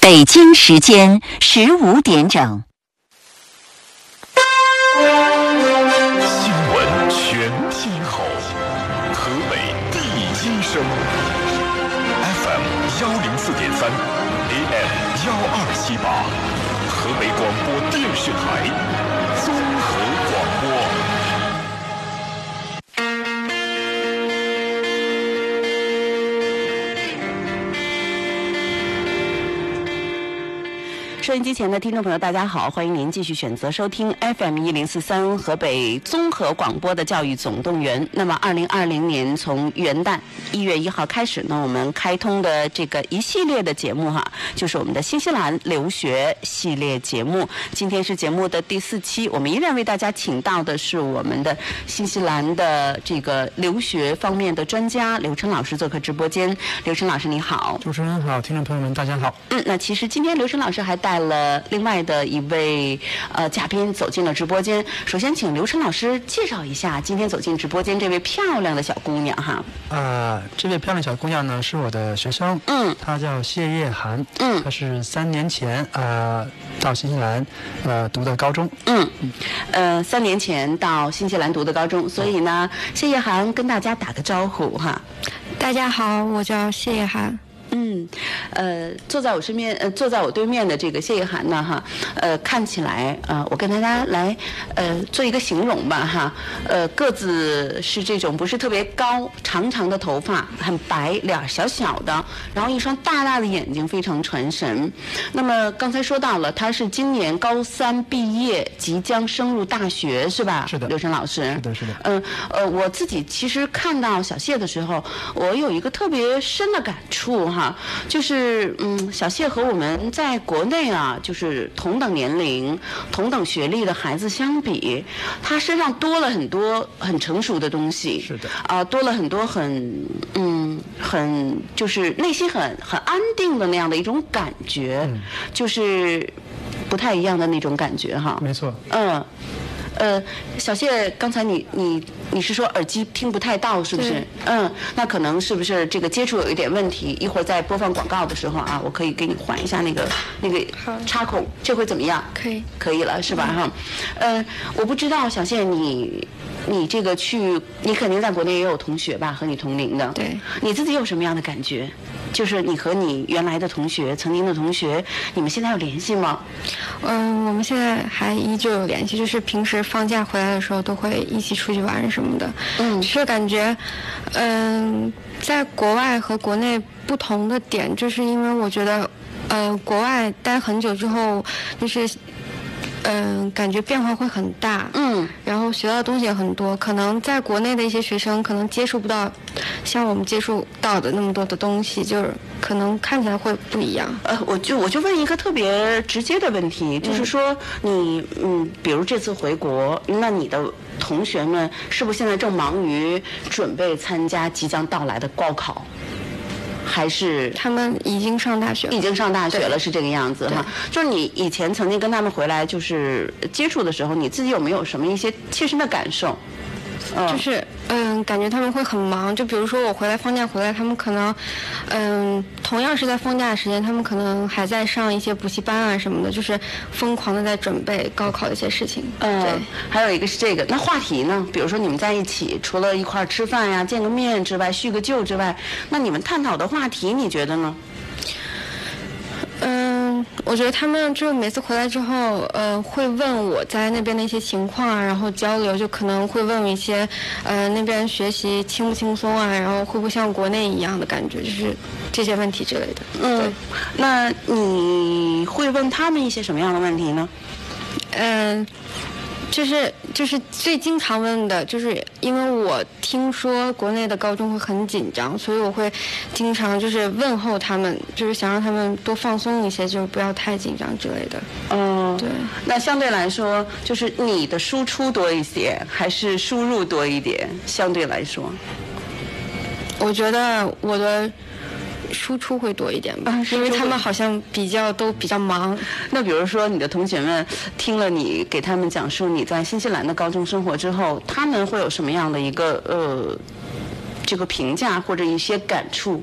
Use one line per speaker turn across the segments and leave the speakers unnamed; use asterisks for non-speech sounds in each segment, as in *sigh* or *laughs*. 北京时间十五点整。
新闻全天候，河北第一之声，FM 幺零四点三，AM 幺二七八，河北广播电视台综合广播。
收音机前的听众朋友，大家好，欢迎您继续选择收听 FM 一零四三河北综合广播的教育总动员。那么，二零二零年从元旦一月一号开始呢，我们开通的这个一系列的节目哈，就是我们的新西兰留学系列节目。今天是节目的第四期，我们依然为大家请到的是我们的新西兰的这个留学方面的专家刘琛老师做客直播间。刘琛老师，你好。
主持人好，听众朋友们，大家好。
嗯，那其实今天刘晨老师还带了另外的一位呃嘉宾走进了直播间。首先，请刘晨老师介绍一下今天走进直播间这位漂亮的小姑娘哈。
啊、这位漂亮小姑娘呢是我的学生，
嗯
她叫谢叶涵，
嗯
她是三年前啊、到新西兰呃读的高中，
嗯，呃，三年前到新西兰读的高中，所以呢，谢叶涵跟大家打个招呼哈。
大家好，我叫谢叶涵。
嗯，呃，坐在我身边，呃，坐在我对面的这个谢一涵呢，哈，呃，看起来，啊，我跟大家来，呃，做一个形容吧，哈，呃，个子是这种不是特别高，长长的头发，很白，脸儿小小的，然后一双大大的眼睛，非常传神。那么刚才说到了，他是今年高三毕业，即将升入大学，是吧？
是的
刘晨老师。
是的是的
嗯呃，我自己其实看到小谢的时候，我有一个特别深的感触哈，就是嗯，小谢和我们在国内啊，就是同等年龄、同等学历的孩子相比，他身上多了很多很成熟的东西。
是的
啊、多了很多很嗯很就是内心很很安定的那样的一种感觉，
嗯
就是不太一样的那种感觉哈。
没错，
嗯，呃，小谢，刚才你你你是说耳机听不太到是不是
对？
嗯，那可能是不是这个接触有一点问题？一会儿在播放广告的时候啊，我可以给你换一下那个那个
好
插孔，这回怎么样？
可以嗯
可以了是吧？哈，呃，我不知道小谢你你这个去，你肯定在国内也有同学吧，和你同龄的。
对
你自己有什么样的感觉？就是你和你原来的同学、曾经的同学，你们现在有联系吗？
嗯，我们现在还依旧有联系，就是平时放假回来的时候都会一起出去玩什么的。
嗯
就是感觉，嗯，在国外和国内不同的点，就是因为我觉得，呃，国外待很久之后，就是，嗯、感觉变化会很大。
嗯。
然后学到的东西也很多，可能在国内的一些学生可能接触不到，像我们接触到的那么多的东西，就是可能看起来会不一样。
呃，我就我就问一个特别直接的问题，
嗯
就是说你嗯，比如这次回国，那你的同学们是不是现在正忙于准备参加即将到来的高考，还是
他们已经上大学了，
已经上大学了，
对
是这个样子哈？就是你以前曾经跟他们回来就是接触的时候，你自己有没有什么一些切身的感受？嗯
就是嗯，感觉他们会很忙。就比如说我回来放假回来，他们可能，嗯，同样是在放假的时间，他们可能还在上一些补习班啊什么的，就是疯狂的在准备高考的一些事情。
嗯
对，，
还有一个是这个，那话题呢？比如说你们在一起，除了一块儿吃饭呀、见个面之外、叙个旧之外，那你们探讨的话题，你觉得呢？
嗯，我觉得他们就是每次回来之后，呃，会问我在那边的一些情况啊，然后交流，就可能会问我一些，呃，那边学习轻不轻松啊，然后会不会像国内一样的感觉，就是这些问题之类的。
嗯，那你会问他们一些什么样的问题呢？
嗯，就是就是最经常问的，就是因为我听说国内的高中会很紧张，所以我会经常就是问候他们，就是想让他们多放松一些，就是不要太紧张之类的。
嗯，
对。
那相对来说，就是你的输出多一些，还是输入多一点？相对来说，
我觉得我的输出会多一点吧，因为他们好像比较都比较忙。
那比如说你的同学们听了你给他们讲述你在新西兰的高中生活之后，他们会有什么样的一个呃这个评价或者一些感触？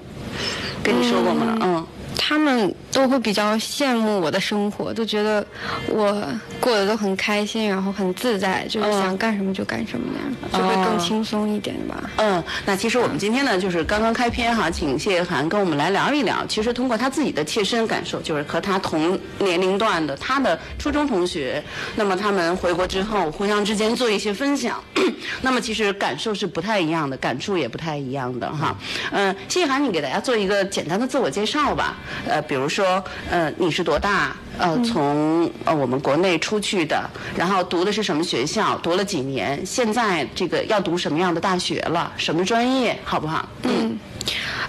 跟你说过吗？嗯
他们都会比较羡慕我的生活，都觉得我过得都很开心，然后很自在，就是
嗯
想干什么就干什么那样，就会
哦
更轻松一点吧。
嗯，那其实我们今天呢，就是刚刚开篇哈，请谢涵跟我们来聊一聊。其实通过他自己的切身感受，就是和他同年龄段的他的初中同学，那么他们回国之后互相之间做一些分享， *coughs* 那么其实感受是不太一样的，感触也不太一样的哈。嗯，谢涵，你给大家做一个简单的自我介绍吧。呃，比如说，呃，你是多大？呃，从呃我们国内出去的，然后读的是什么学校，读了几年，现在这个要读什么样的大学了，什么专业，好不好？嗯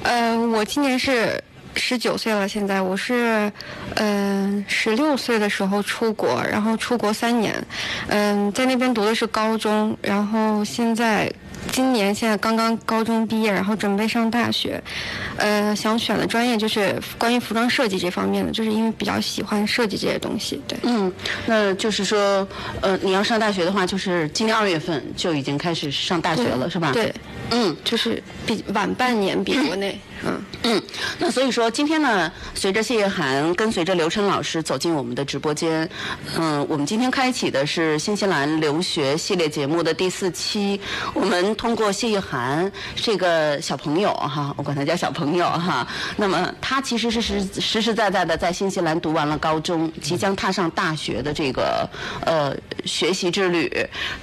呃，我今年是十九岁了，现在我是，嗯、十六岁的时候出国，然后出国三年，嗯、在那边读的是高中，然后现在。今年现在刚刚高中毕业，然后准备上大学，呃，想选的专业就是关于服装设计这方面的，就是因为比较喜欢设计这些东西。对，
嗯，那就是说，呃，你要上大学的话，就是今年二月份就已经开始上大学了，是吧？
对，
嗯。
就是比晚半年比国内，嗯。
嗯，那所以说今天呢，随着谢叶涵跟随着刘琛老师走进我们的直播间，嗯，我们今天开启的是新西兰留学系列节目的第四期。我们通过谢叶涵这个小朋友哈，我管他叫小朋友哈，那么他其实是实实实在在的在新西兰读完了高中，即将踏上大学的这个呃学习之旅。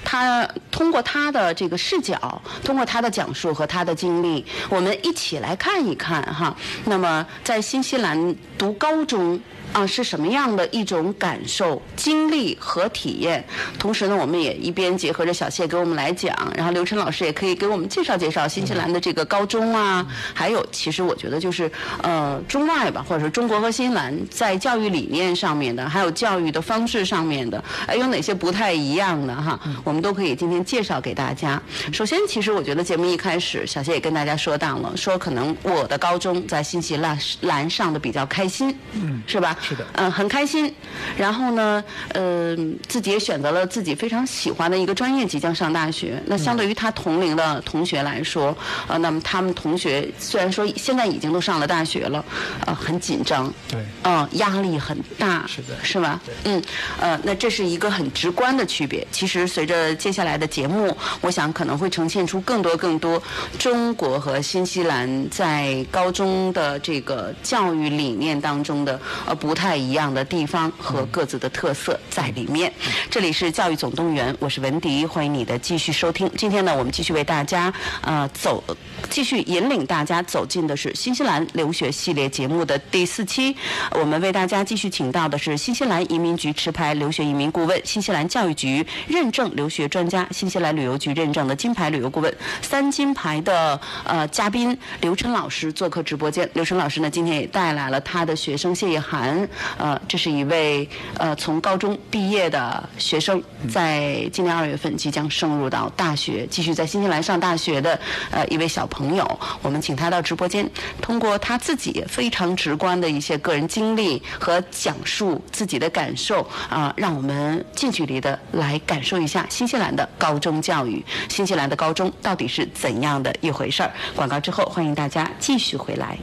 他通过他的这个视角，通过他的讲述和他的经历，我们一起来看一看哈。那么在新西兰读高中。啊，是什么样的一种感受、经历和体验？同时呢，我们也一边结合着小谢给我们来讲，然后刘晨老师也可以给我们介绍介绍新西兰的这个高中啊，还有其实我觉得就是呃中外吧，或者说中国和新西兰在教育理念上面的，还有教育的方式上面的，哎，有哪些不太一样的哈？
嗯
我们都可以今天介绍给大家。首先，其实我觉得节目一开始，小谢也跟大家说到了，说可能我的高中在新西兰兰上的比较开心，嗯，是吧？
是的
嗯，很开心。然后呢，呃，自己也选择了自己非常喜欢的一个专业，即将上大学。那
嗯
相对于他同龄的同学来说，呃，那么他们同学虽然说现在已经都上了大学了，呃，很紧张，
对
嗯、压力很大，
是的
是吧？嗯，呃，那这是一个很直观的区别。其实随着接下来的节目，我想可能会呈现出更多更多中国和新西兰在高中的这个教育理念当中的呃不太一样的地方
嗯
和各自的特色在里面。这里是教育总动员，我是文迪，欢迎你的继续收听。今天呢，我们继续为大家呃走，继续引领大家走进的是新西兰留学系列节目的第四期。我们为大家继续请到的是新西兰移民局持牌留学移民顾问、新西兰教育局认证留学专家、新西兰旅游局认证的金牌旅游顾问、三金牌的呃嘉宾刘琛老师做客直播间。刘琛老师呢，今天也带来了他的学生谢叶涵，呃，这是一位呃从高中毕业的学生，在今年二月份即将升入到大学，继续在新西兰上大学的呃一位小朋友。我们请他到直播间，通过他自己非常直观的一些个人经历和讲述自己的感受啊、让我们近距离的来感受一下新西兰的高中教育，新西兰的高中到底是怎样的一回事儿。广告之后，欢迎大家继续回来。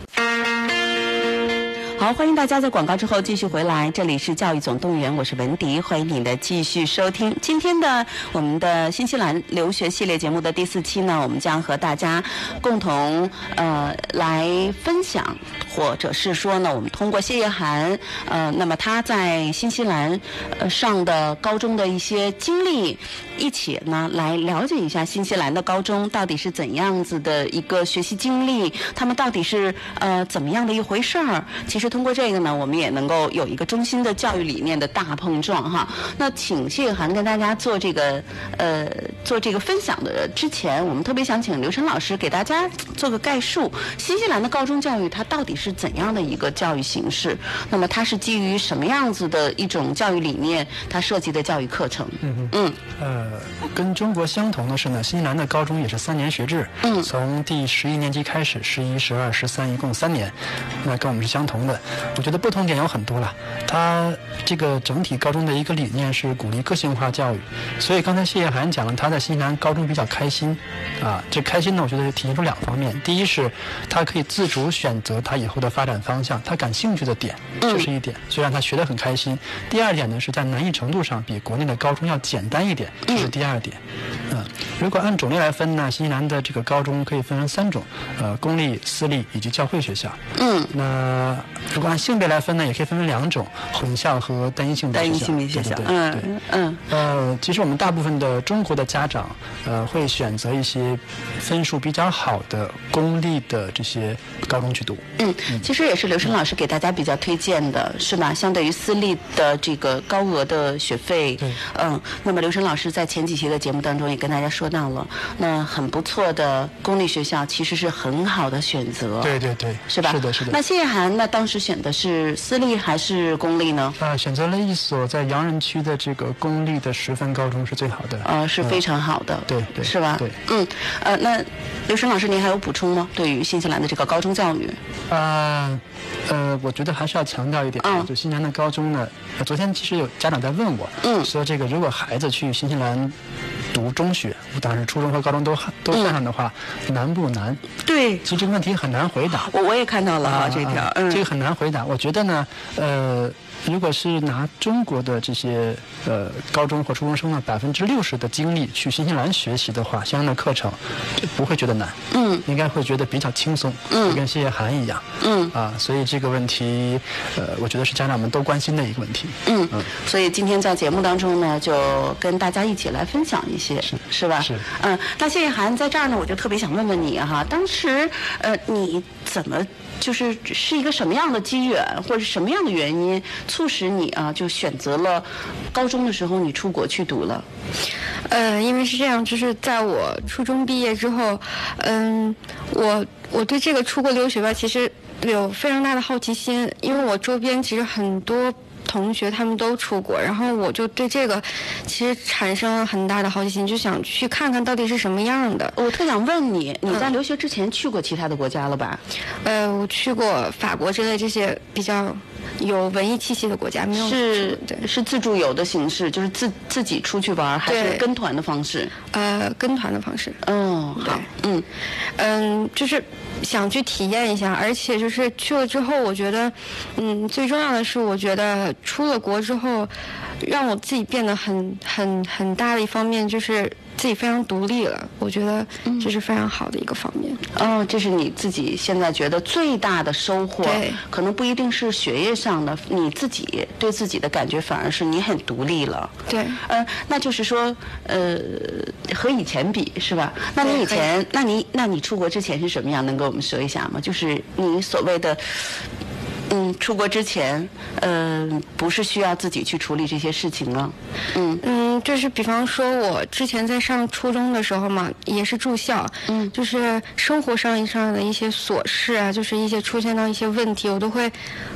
好，欢迎大家在广告之后继续回来，这里是教育总动员，我是文迪，欢迎你的继续收听。今天的我们的新西兰留学系列节目的第四期呢，我们将和大家共同呃来分享，或者是说呢，我们通过谢叶涵呃，那么他在新西兰呃上的高中的一些经历，一起呢来了解一下新西兰的高中到底是怎样子的一个学习经历，他们到底是呃怎么样的一回事儿。其实通过这个呢，我们也能够有一个中心的教育理念的大碰撞哈。那请谢雨涵跟大家做这个呃做这个分享的之前，我们特别想请刘晨老师给大家做个概述，新西兰的高中教育它到底是怎样的一个教育形式？那么它是基于什么样子的一种教育理念？它设计的教育课程？嗯嗯
呃，跟中国相同的是呢，新西兰的高中也是三年学制，
嗯
从第十一年级开始，十一、十二、十三，一共三年，那跟我们是相同的。问。我觉得不同点有很多了，它这个整体高中的一个理念是鼓励个性化教育，所以刚才谢叶涵讲了，他在新西兰高中比较开心，啊，这开心呢，我觉得体现出两方面，第一是他可以自主选择他以后的发展方向，他感兴趣的点，这是一点，虽然他学得很开心。第二点呢，是在难易程度上比国内的高中要简单一点，这是第二点。嗯，如果按种类来分呢，新西兰的这个高中可以分成三种，呃，公立、私立以及教会学校。
嗯，
那如果按性别来分呢，也可以分为两种，混校和单一性别
单
学校。
一性别学校
对，对对对
嗯嗯
呃，其实我们大部分的中国的家长，呃，会选择一些分数比较好的公立的这些高中去读。
嗯，其实也是刘生老师给大家比较推荐的，
嗯
是吧？相对于私立的这个高额的学费
对，
嗯，那么刘生老师在前几期的节目当中也跟大家说到了，那很不错的公立学校其实是很好的选择，
对对对，
是吧？
是的，是的。
那谢涵那当时选的是私立还是公立呢？
啊、选择了一所在洋人区的这个公立的十分高中是最好的。
呃，是非
嗯
常好的，
对对
是吧？
对
嗯，呃，那刘生老师您还有补充吗？对于新西兰的这个高中教育，
啊，呃，我觉得还是要强调一点，
嗯
就新西兰的高中呢，呃昨天其实有家长在问我，
嗯
说这个如果孩子去新西兰读中学，当然是初中和高中都都
嗯
算上的话，难不难？
对
其实这个问题很难回答。啊
我我也看到了哈、这条，嗯，
这个很难回答。我觉得呢，呃，如果是拿中国的这些呃高中或初中生的啊百分之六十的精力去新西兰学习的话，相应的课程这不会觉得难，
嗯，
应该会觉得比较轻松，
嗯
就跟谢谢涵一样，
嗯
啊，所以这个问题，呃，我觉得是家长们都关心的一个问题。
嗯，所以今天在节目当中呢，就跟大家一起来分享一些，是吧？
是
嗯，那谢谢涵在这儿呢，我就特别想问问你啊哈，当时呃，你怎么就是是一个什么样的机缘，或者是什么样的原因，促使你啊就选择了高中的时候你出国去读了？
呃，因为是这样，就是在我初中毕业之后，嗯，我我对这个出国留学吧，其实有非常大的好奇心，因为我周边其实很多。同学他们都出国，然后我就对这个其实产生了很大的好奇心，就想去看看到底是什么样的。
我特想问你，你在留学之前去过其他的国家了吧？
呃，我去过法国之类这些比较有文艺气息的国家，没有
是
对
是自助游的形式，就是自自己出去玩儿，还是
对
跟团的方式？
呃跟团的方式。
嗯，
对
好，嗯。
嗯，就是想去体验一下，而且就是去了之后，我觉得，嗯，最重要的是，我觉得出了国之后，让我自己变得很很很大的一方面就是自己非常独立了，我觉得这是非常好的一个方面。
哦，这是你自己现在觉得最大的收获
对，
可能不一定是学业上的，你自己对自己的感觉反而是你很独立了。
对
呃，那就是说，呃，和以前比是吧？那你
对
以前，那你那你出国之前是什么样？能跟我们说一下吗？就是你所谓的。嗯，出国之前，呃，不是需要自己去处理这些事情了。嗯，
嗯，就是比方说，我之前在上初中的时候嘛，也是住校，嗯，就是生活上上的一些琐事啊，就是一些出现到一些问题，我都会，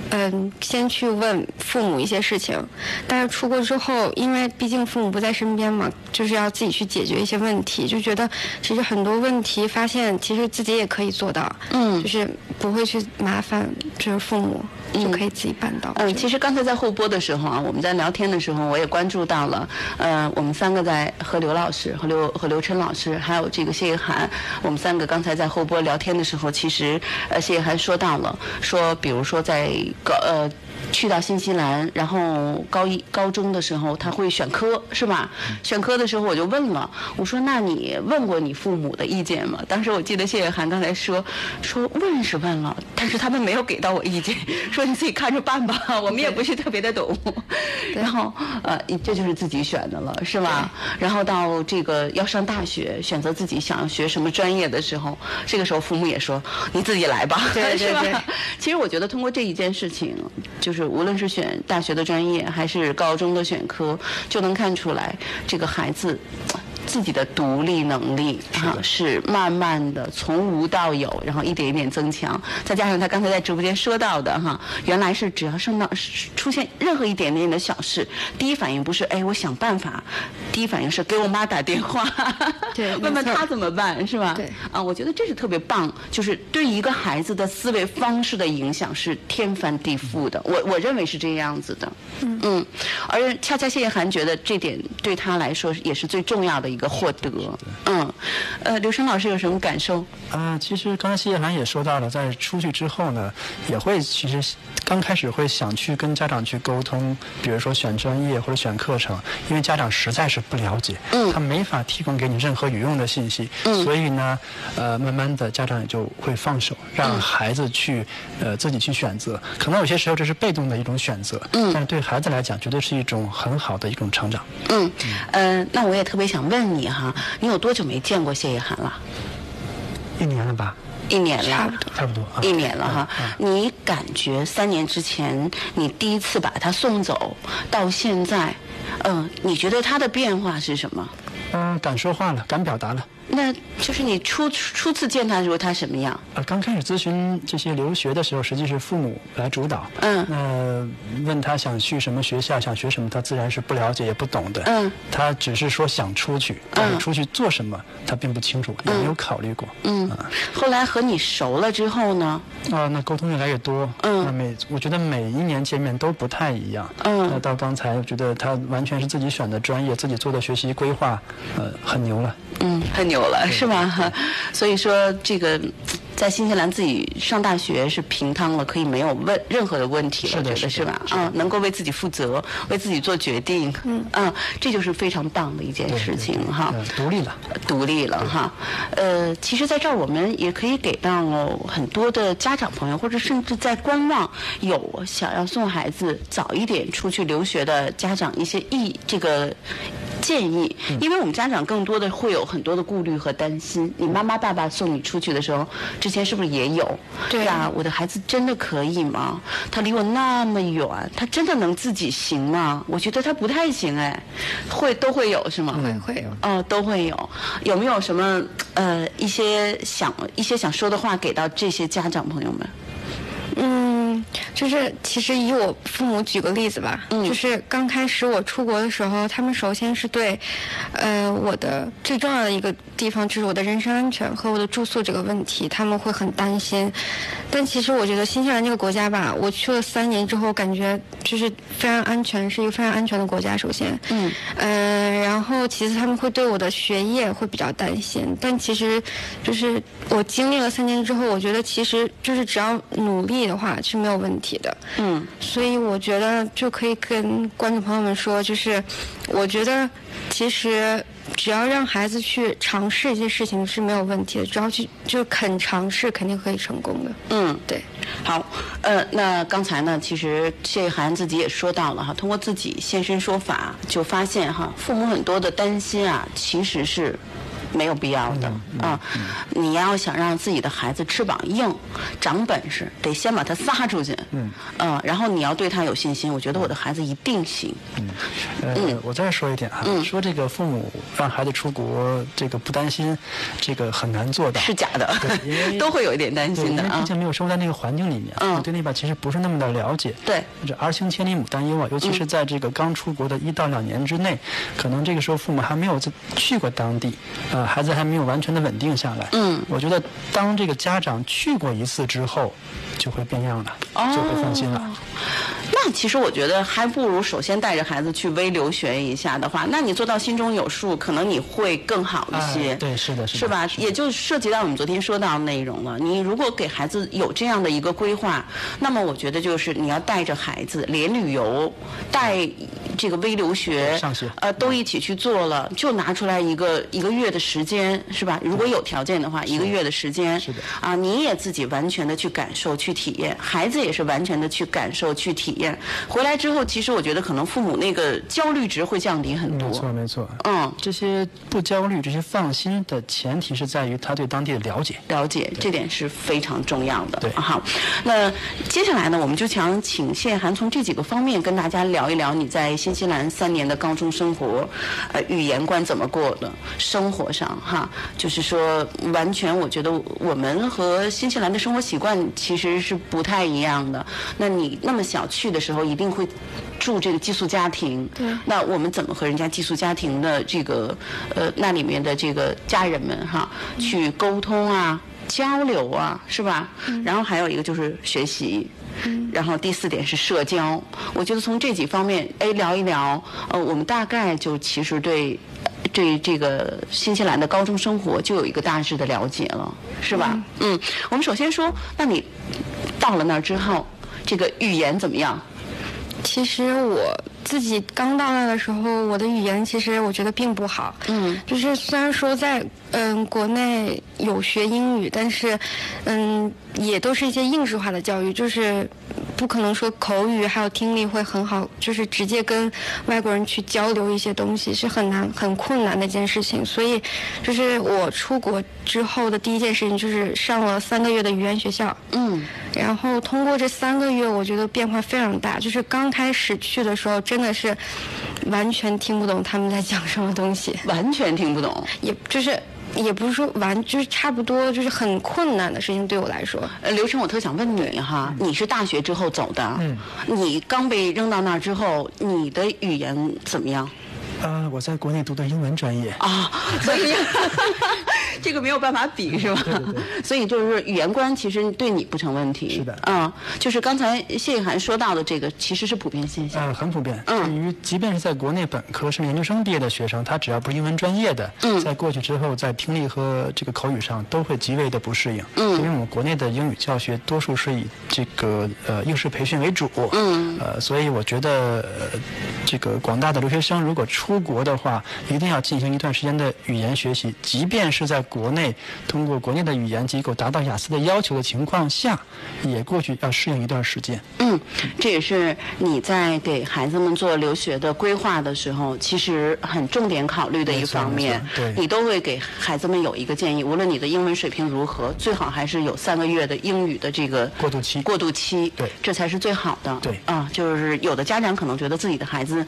嗯，先去问父母一些事情。但是出国之后，因为毕竟父母不在身边嘛，就是要自己去解决一些问题，就觉得其实很多问题发现其实自己也可以做到，
嗯
就是不会去麻烦就是父母，就可以自己办到。
嗯，
就
其实刚才在后播的时候啊，我们在聊天的时候，我也关注到了，呃，我们三个在和刘老师、和刘和刘琛老师，还有这个谢一涵，我们三个刚才在后播聊天的时候，其实呃，谢一涵说到了，说比如说在高呃。去到新西兰，然后高一高中的时候他会选科，是吧？选科的时候我就问了，我说那你问过你父母的意见吗？当时我记得谢雪涵刚才说说问是问了，但是他们没有给到我意见， *laughs* 说你自己看着办吧，我们也不是特别的懂。然后呃，这就是自己选的了，是吧？然后到这个要上大学，选择自己想要学什么专业的时候，这个时候父母也说你自己来吧，
对
是吧
对对
*laughs* 其实我觉得通过这一件事情，就是无论是选大学的专业还是高中的选科，就能看出来这个孩子。自己的独立能力啊是慢慢的从无到有，然后一点一点增强。再加上他刚才在直播间说到的哈，原来是只要生到出现任何一点点的小事，第一反应不是哎我想办法，第一反应是给我妈打电话， *laughs*
对
问问
没错
她怎么办是吧？
对
啊，我觉得这是特别棒，就是对一个孩子的思维方式的影响是天翻地覆的。我我认为是这样子的，嗯而恰恰谢谢涵觉得这点对他来说也是最重要的一个获得。嗯，呃，刘生老师有什么感受？
啊，其实刚才谢叶涵也说到了，在出去之后呢，也会其实刚开始会想去跟家长去沟通，比如说选专业或者选课程，因为家长实在是不了解，
嗯
他没法提供给你任何有用的信息，所以呢，呃，慢慢的家长也就会放手，
嗯
让孩子去呃自己去选择，可能有些时候这是被动的一种选择，嗯，但是对孩子来讲，绝对是一种很好的一种成长。
嗯，呃，那我也特别想问你哈，你有多久没见过谢叶涵了？
一年了吧，
一年了，
差不多啊，嗯
一年了哈，你感觉三年之前你第一次把他送走到现在，嗯、你觉得他的变化是什么？
嗯、敢说话了，敢表达了。
那就是你初初次见他的时候他什么样？
呃，刚开始咨询这些留学的时候，实际是父母来主导。
嗯
那、问他想去什么学校，想学什么，他自然是不了解也不懂的。
嗯。
他只是说想出去，但是
嗯
出去做什么，他并不清楚，也没有考虑过。
嗯，后来和你熟了之后呢？
啊，那沟通越来越多。
嗯
那每我觉得每一年见面都不太一样。
嗯
那到刚才，我觉得他完全是自己选的专业，自己做的学习规划，呃，很牛了。
嗯，太牛了，是吧？ *laughs* 所以说，这个在新西兰自己上大学是平趟了，可以没有问任何的问题了，
是的
我觉得
是
是
的
吧？啊，能够为自己负责，为自己做决定，嗯，啊，这就是非常棒的一件事情哈。
呃，独立了。
独立了哈。呃，其实在这儿我们也可以给到很多的家长朋友，或者甚至在观望有想要送孩子早一点出去留学的家长一些意这个。建议，因为我们家长更多的会有很多的顾虑和担心。你妈妈、爸爸送你出去的时候，之前是不是也有？
对
呀、我的孩子真的可以吗？他离我那么远，他真的能自己行吗？我觉得他不太行哎，会都会有是吗？
会会有。
哦，都会有。有没有什么呃一些想一些想说的话给到这些家长朋友们？
嗯，就是其实以我父母举个例子吧，就是刚开始我出国的时候，他们首先是对，呃，我的最重要的一个地方就是我的人身安全和我的住宿这个问题，他们会很担心。但其实我觉得新西兰这个国家吧，啊我去了三年之后，感觉就是非常安全，是一个非常安全的国家。首先，嗯，呃，然后其次他们会对我的学业会比较担心，但其实就是我经历了三年之后，我觉得其实就是只要努力的话是没有问题的。
嗯，
所以我觉得就可以跟观众朋友们说，就是我觉得其实只要让孩子去尝试一些事情是没有问题的，只要去就肯尝试，肯定可以成功的。
嗯，
对，
好，呃，那刚才呢，其实谢涵自己也说到了哈，通过自己现身说法，就发现哈，父母很多的担心啊，其实是。没有必要的
嗯
啊！你要想让自己的孩子翅膀硬、长本事，得先把他撒出去。嗯，呃，然后你要对他有信心。我觉得我的孩子一定行。嗯
呃，我再说一点啊，说这个父母让孩子出国，这个不担心，这个很难做到。
是假的
对因，
*laughs*
为
都会有一点担
对，
心
因
的
为毕
啊。
竟没有生活在那个环境里面，
嗯
我对那边其实不是那么的了解。
对嗯
这儿行千里母担忧啊，尤其是在这个刚出国的一到两年之内，可能这个时候父母还没有去过当地，呃，孩子还没有完全的稳定下来。
嗯，
我觉得当这个家长去过一次之后，就会变样了，
哦
就会放心了。
那其实我觉得还不如首先带着孩子去微留学一下的话，那你做到心中有数，可能你会更好一些。
哎对是的是的
是吧？
是的
也就涉及到我们昨天说到的内容了。你如果给孩子有这样的一个规划，那么我觉得就是你要带着孩子连旅游、带这个微留学、
嗯上学
呃，都一起去做了，就拿出来一个一个月的时间，是吧？如果有条件的话，一个月的时间，
是的
啊，你也自己完全的去感受、去体验，孩子也是完全的去感受、去体验，验，回来之后，其实我觉得可能父母那个焦虑值会降低很
没错，
多。
没错。
嗯，
这些不焦虑、这些放心的前提是在于他对当地的了解。
了解，这点是非常重要的
对。
好，那接下来呢，我们就想请谢涵从这几个方面跟大家聊一聊你在新西兰三年的高中生活，呃，语言观怎么过的，生活上哈，就是说完全我觉得我们和新西兰的生活习惯其实是不太一样的。那你那么小去的时候，一定会住这个寄宿家庭，对，那我们怎么和人家寄宿家庭的这个呃那里面的这个家人们哈、去沟通啊、交流啊，是吧？然后还有一个就是学习。然后第四点是社交，我觉得从这几方面，哎，聊一聊，呃，我们大概就其实对，对这个新西兰的高中生活就有一个大致的了解了，是吧？嗯，我们首先说，那你到了那儿之后，这个语言怎么样？
其实我自己刚到那的时候，我的语言其实我觉得并不好。
嗯，
就是虽然说在嗯国内有学英语，但是嗯也都是一些应试化的教育，就是不可能说口语还有听力会很好，就是直接跟外国人去交流一些东西是很难很困难的一件事情。所以就是我出国之后的第一件事情就是上了三个月的语言学校。
嗯
然后通过这三个月，我觉得变化非常大。就是刚开始去的时候，真的是完全听不懂他们在讲什么东西，，
完全听不懂。
也就是也不是说完，就是差不多就是很困难的事情对我来说。
呃，刘晨，我特想问你哈，你是大学之后走的，
嗯，
你刚被扔到那儿之后，你的语言怎么样
呃，我在国内读的英文专业，
啊？ *laughs* 所
*laughs*
以这个没有办法比是吧？ *laughs* 所以就是语言观其实对你不成问题。
是的
嗯，就是刚才谢一涵说到的这个，其实是普遍现象。
嗯、很普遍。
嗯
对于即便是在国内本科甚至研究生毕业的学生，他只要不是英文专业的，嗯，在过去之后，在听力和这个口语上都会极为的不适应。嗯，因为我们国内的英语教学多数是以这个呃应试培训为主。嗯，呃，所以我觉得、呃、这个广大的留学生如果出国的话，一定要进行一段时间的语言学习，即便是在国内通过国内的语言机构达到雅思的要求的情况下，也过去要适应一段时间。
嗯，这也是你在给孩子们做留学的规划的时候，其实很重点考虑的一方面
没错没。错对
你都会给孩子们有一个建议，无论你的英文水平如何，最好还是有三个月的英语的这个
过渡期
过渡期，
对
这才是最好的。
对
啊，就是有的家长可能觉得自己的孩子，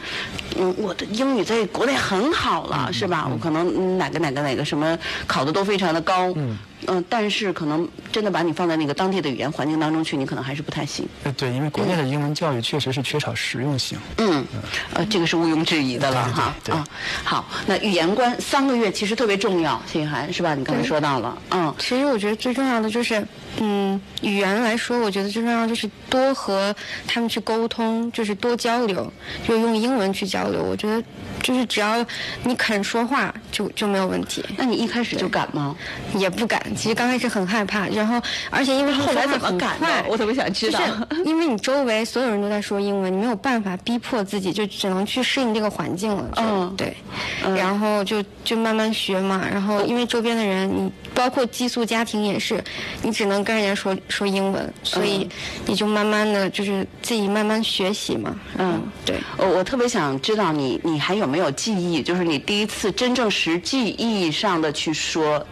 嗯，我的英语在国内很好了，是吧？我可能嗯哪个哪个哪个什么考的都非常的高，嗯。嗯，但是可能真的把你放在那个当地的语言环境当中去，你可能还是不太行。
呃，对，因为国内的英文教育确实是缺少实用性。
嗯，呃，这个是毋庸置疑的了
对对
哈。
对对
啊，好，那语言观三个月其实特别重要，谢一涵是吧？你刚才
对
说到了，嗯
其实我觉得最重要的就是，嗯，语言来说，我觉得最重要就是多和他们去沟通，就是多交流，就用英文去交流。我觉得就是只要你肯说话，就就没有问题。
那你一开始就敢吗？
也不敢，其实刚开始很害怕，然后而且因为他们
后来
说话
怎么
很
敢
快
的？我特别想知道。
就是因为你周围所有人都在说英文，你没有办法逼迫自己，就只能去适应这个环境了。就
嗯
对，
嗯哦
然后就就慢慢学嘛。然后因为周边的人，你包括寄宿家庭也是，你只能跟人家说说英文，所
嗯
以你就慢慢的就是自己慢慢学习嘛。
嗯
嗯，对。
我我特别想知道你，你还有没有记忆？就是你第一次真正实际意义上的去说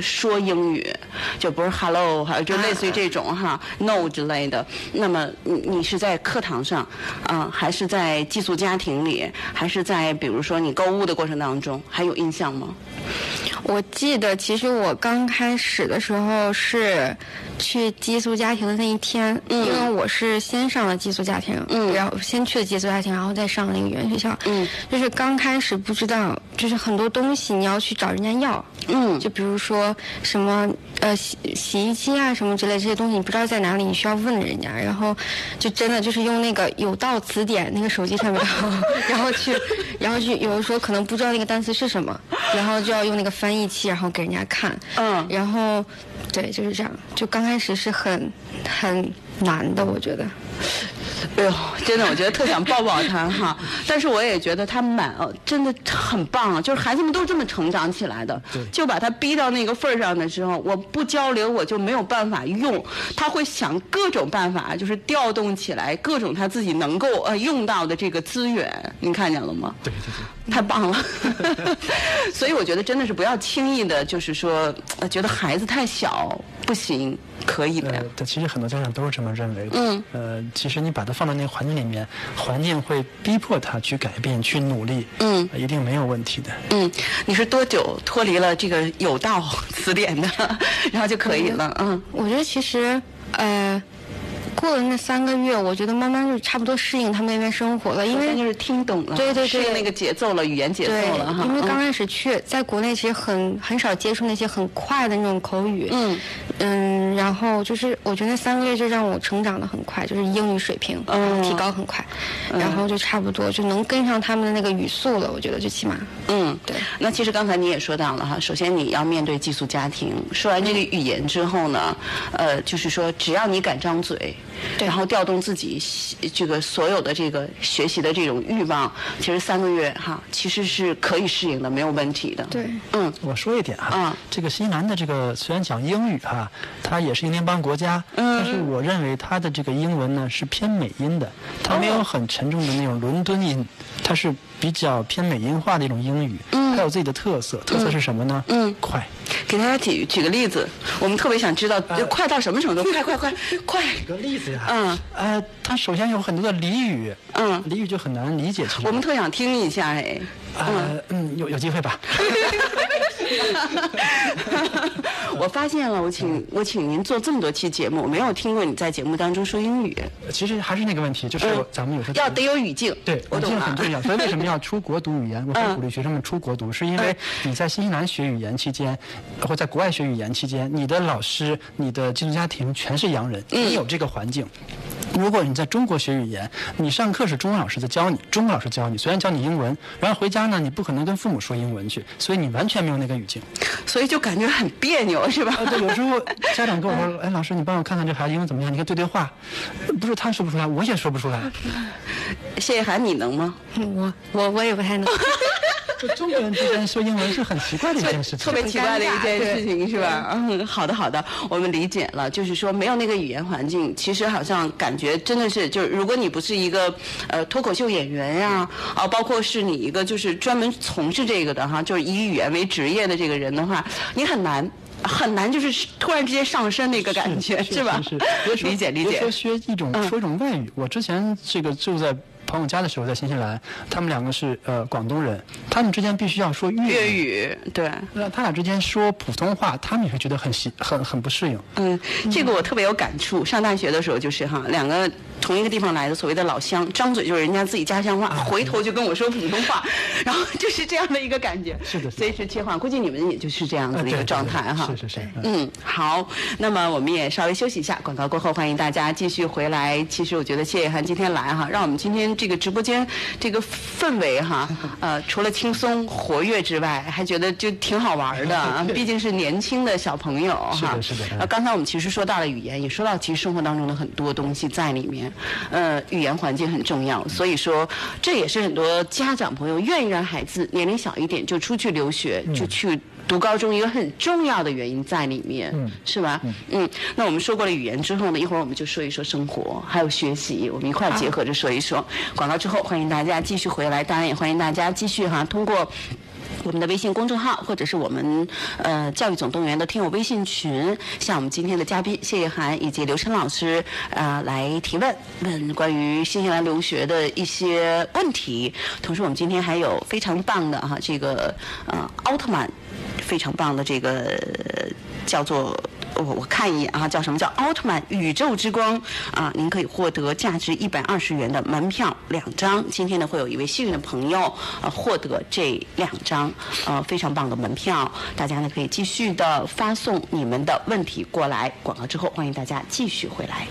说英语，就不是 hello，还有就类似于这种哈、no 之类的。那么你你是在课堂上，啊、还是在寄宿家庭里，还是在比如说你购物的过程当中，还有印象吗？
我记得，其实我刚开始的时候是去寄宿家庭的那一天，
嗯
因为我是先上了寄宿家庭，
嗯
然后先去的寄宿家庭，然后再上了那个语言学校，
嗯，
就是刚开始不知道，就是很多东西你要去找人家要，
嗯
就比如说什么呃洗洗衣机啊什么之类这些东西，你不知道在哪里，你需要问人家，然后就真的就是用那个有道词典那个手机上面，然后然后去，然后去有的时候可能不知道那个单词是什么，然后就要用那个翻译器，然后给人家看，
嗯
然后对就是这样，就刚开始是很很难的，我觉得。
哎呦，真的，我觉得特想抱抱他哈。但是我也觉得他蛮呃，真的很棒，啊就是孩子们都这么成长起来的
对。
就把他逼到那个份儿上的时候，我不交流我就没有办法用，他会想各种办法，就是调动起来各种他自己能够呃用到的这个资源。您看见了吗？
对对对，
太棒了， *laughs* 所以我觉得真的是不要轻易的，就是说，呃觉得孩子太小不行，可以的呀
呃，，对，其实很多家长都是这么认为的。
啊嗯。
呃，其实你把他放到那个环境里面，环境会逼迫他去改变、去努力。
嗯
呃一定没有问题的。
嗯，你是多久脱离了这个有道词典的， *laughs* 然后就可以了？嗯，
我觉得其实，呃，过了那三个月，我觉得慢慢就差不多适应他们那边生活了，因
因为
为
嗯就是听懂了，
对对对
适应那个节奏了，语言节奏
对
了哈。，
因为
嗯
刚开始去，在国内其实很很少接触那些很快的那种口语。
嗯
嗯然后就是我觉得那三个月就让我成长的很快，就是英语水平、
嗯
提高很快，然后就差不多就能跟上他们的那个语速了。我觉得最起码，
嗯，
对。
那其实刚才你也说到了哈，首先你要面对寄宿家庭，说完这个语言之后呢，呃，就是说只要你敢张嘴，
对
然后调动自己喜这个所有的这个学习的这种欲望，其实三个月哈，其实是可以适应的，没有问题的。
对，
嗯
我说一点哈，
啊
这个新西兰的这个虽然讲英语哈，它也是英联邦国家，
嗯
但是我认为它的这个英文呢是偏美音的，它没
哦
有很沉重的那种伦敦音，它是比较偏美音化的一种英语，它有自己的特色，特色是什么呢？
嗯
快，
给大家举举个例子，我们特别想知道，
呃
快到什么程度？快快快快！
举个例子呀，
嗯，
呃，它首先有很多的俚语，
嗯
俚语就很难理解出来，
我们特想听一下哎。 *laughs*
呃，嗯，有有机会吧，
我发现了，我
嗯
请我请您做这么多期节目，我没有听过你在节目当中说英语。
其实还是那个问题，就是
嗯
咱们有时候
要得有语境，
对，
我
语
懂
境
了。
很重要。所以为什么要出国读
*laughs*
语言？我会鼓励学生们出国读，是因为
嗯
你在新西兰学语言期间，或在国外学语言期间，你的老师、你的寄宿家庭全是
嗯
洋人，你有这个环境。如果你在中国学语言，你上课是中文老师在教你，中文老师教你，虽然教你英文，然后回家呢，你不可能跟父母说英文去，所以你完全没有那个语境。
所以就感觉很别扭，是吧？
啊，对，有时候家长跟我说，哎，老师，你帮我看看这孩子英文怎么样？你看对对话，不是他说不出来，我也说不出来。
谢谢涵，你能吗？
我我我也不 *laughs* 太能。
就中国人之间说英文是很奇怪的一件事情。
特别奇怪的一件事情是吧？嗯，好的好的，我们理解了。就是说没有那个语言环境，其实好像感觉真的是，就是如果你不是一个呃脱口秀演员呀、啊，
嗯
包括是你一个就是专门从事这个的哈，就是以语言为职业的这个人的话，你很难。很难，就是突然之间上身的一个感觉，
是
吧
是，别？说
理解嗯理
别
解
说。学一种说一种外语，我之前这个住在朋友家的时候，在新西兰，他们两个是呃广东人，他们之间必须要说粤语。
粤语，对。
那他俩之间说普通话，他们也会觉得很习很很不适应。
嗯，这个我特别有感触。上大学的时候就是哈，两个同一个地方来的所谓的老乡，张嘴就是人家自己家乡话，
啊
回头就跟我说普通话，然后就是这样的一个感觉，
是的是的
随时切换。估计你们也就是这样子
呃
的一
对
个
对
状
对
态哈。
是是是。嗯
嗯，好，那么我们也稍微休息一下，广告过后欢迎大家继续回来。其实我觉得谢谢涵今天来哈，让我们今天这个直播间这个氛围
*laughs*
哈，呃，除了轻松活跃之外，还觉得就挺好玩的
*laughs*
啊，毕竟是年轻的小朋友哈。
是的是的嗯
呃刚才我们其实说到了语言，也说到其实生活当中的很多东西在里面，呃，语言环境很重要，所以说这也是很多家长朋友愿意让孩子年龄小一点就出去留学，就去读高中一个很重要的原因在里面，是吧？嗯，那我们说过了语言之后呢，一会儿我们就说一说生活，还有学习，我们一块儿结合着说一说。广告之后，欢迎大家继续回来，当然也欢迎大家继续哈，通过。我们的微信公众号，或者是我们呃教育总动员的听友微信群，向我们今天的嘉宾谢叶涵以及刘琛老师呃来提问，问关于新西兰留学的一些问题。同时，我们今天还有非常棒的哈、这个呃奥特曼，非常棒的这个呃叫做。我我看一眼啊，叫什么叫奥特曼宇宙之光啊？您可以获得价值一百二十元的门票两张。今天呢，会有一位幸运的朋友呃获得这两张呃非常棒的门票。大家呢可以继续的发送你们的问题过来。广告之后，欢迎大家继续回来。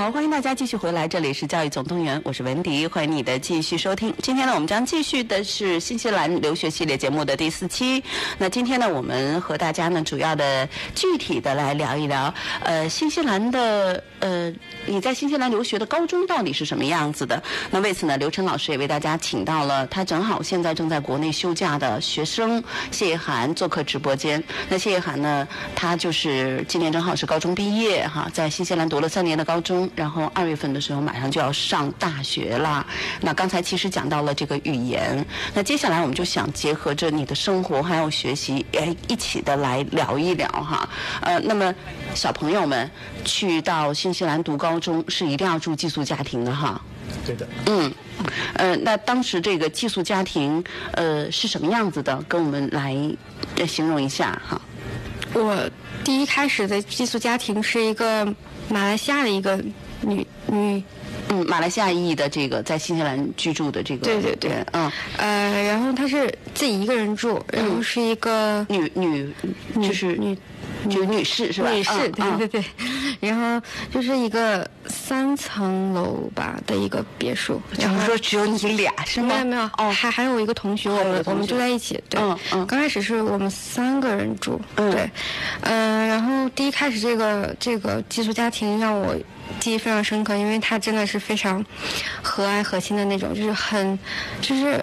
好，欢迎大家继续回来，这里是教育总动员，我是文迪，欢迎你的继续收听。今天呢，我们将继续的是新西兰留学系列节目的第四期。那今天呢，我们和大家呢，主要的具体的来聊一聊，呃，新西兰的呃，你在新西兰留学的高中到底是什么样子的？那为此呢，刘晨老师也为大家请到了他正好现在正在国内休假的学生谢涵做客直播间。那谢涵呢，他就是今年正好是高中毕业哈，在新西兰读了三年的高中，然后二月份的时候马上就要上大学啦。那刚才其实讲到了这个语言，那接下来我们就想结合着你的生活还有学习，哎，一起的来聊一聊哈。呃，那么小朋友们去到新西兰读高中是一定要住寄宿家庭的哈。
对的。
嗯，呃，那当时这个寄宿家庭，呃，是什么样子的？跟我们来、呃、形容一下哈。
我第一开始的寄宿家庭是一个马来西亚的一个女女，
嗯，马来西亚裔的这个在新西兰居住的这个，
对对对
嗯，
呃，然后她是自己一个人住，然后是一个
女女就是
女
就是女士是吧？
女士，
嗯
对对对，然后就是一个三层楼吧的一个别墅，
嗯
然后
就是说只有你俩是
没
吗？
有没有，
哦，
还还有一个同学，我
还有一个
们
同
我
学
们住在一起，对
嗯，嗯
刚开始是我们三个人住，
嗯
对，嗯，然后第一开始这个这个寄宿家庭让我记忆非常深刻，因为他真的是非常和蔼和亲的那种，就是很就是。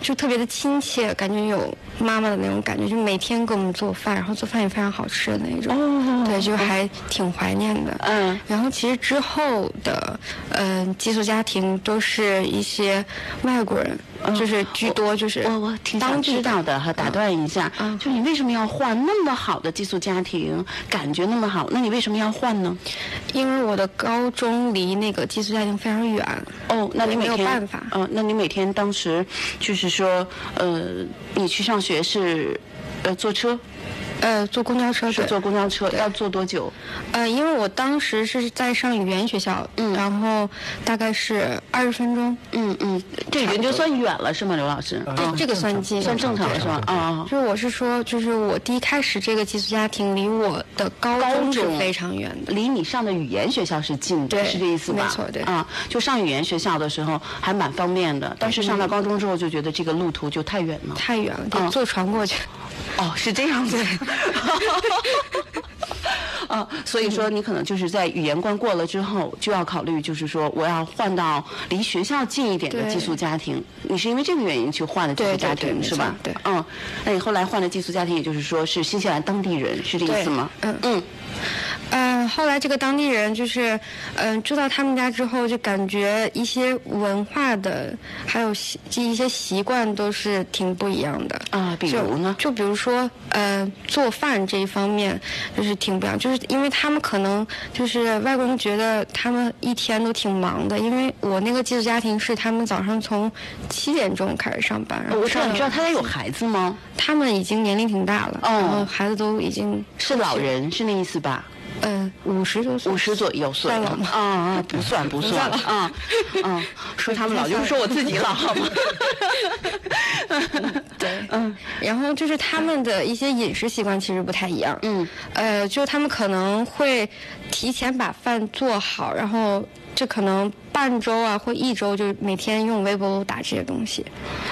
就特别的亲切，感觉有妈妈的那种感觉，就每天给我们做饭，然后做饭也非常好吃的那种，
哦
对，就还挺怀念的。
嗯
然后其实之后的，嗯、寄宿家庭都是一些外国人，就是居多，就是
嗯我我挺想
当地
知道的，哈，打断一下，
嗯
就你为什么要换那么好的寄宿家庭，感觉那么好，那你为什么要换呢？
因为我的高中离那个寄宿家庭非常远，
哦，那你每
没有
天
办法
嗯、那你每天当时就是说，呃，你去上学是呃坐车，
呃，坐公交车
是
对，
坐公交车，要坐多久？
呃，因为我当时是在上语言学校，
嗯
然后大概是二十分钟，
嗯嗯，这已经就算远了是吗，刘老师？
呃
这个算计
算嗯正常了是吧？啊、啊
就是我是说，就是我第一开始这个寄宿家庭离我的高
啊高
中是
中
非常远的，
离你上的语言学校是近的，
对
是这意思吧？
没错对
啊，就上语言学校的时候还蛮方便的，但是上
嗯
到高中之后就觉得这个路途就太远了。
太远了，
嗯
得坐船过去。
哦，是这样子。 *laughs* 啊，所以说你可能就是在语言关过了之后，就要考虑，就是说我要换到离学校近一点的
对
寄宿家庭。你是因为这个原因去换的寄宿
对
家
对对
庭
没
是吧？
错对
嗯，那你后来换的寄宿家庭，也就是说是新西兰当地人，是这意思吗？
对嗯
嗯，
嗯，后来这个当地人就是，嗯、住到他们家之后，就感觉一些文化的，还有习这一些习惯都是挺不一样的
啊比如呢
就？就比如说，呃，做饭这一方面就是挺不一样，就是因为他们可能就是外国人觉得他们一天都挺忙的，因为我那个寄宿家庭是他们早上从七点钟开始上班，然后
哦我知道，
上
你知道他家有孩子吗？
他们已经年龄挺大了，
哦
然后孩子都已经
是老，人，是那意思吧？
嗯、呃，五十多岁，
五十左右岁
算老吗
啊啊，不算不算啊啊，说他们老就是说我自己老好吗？
对，
嗯，
然后就是他们的一些饮食习惯其实不太一样，
嗯，
呃，就他们可能会提前把饭做好，然后这可能半周啊或一周，就是每天用微波炉打这些东西，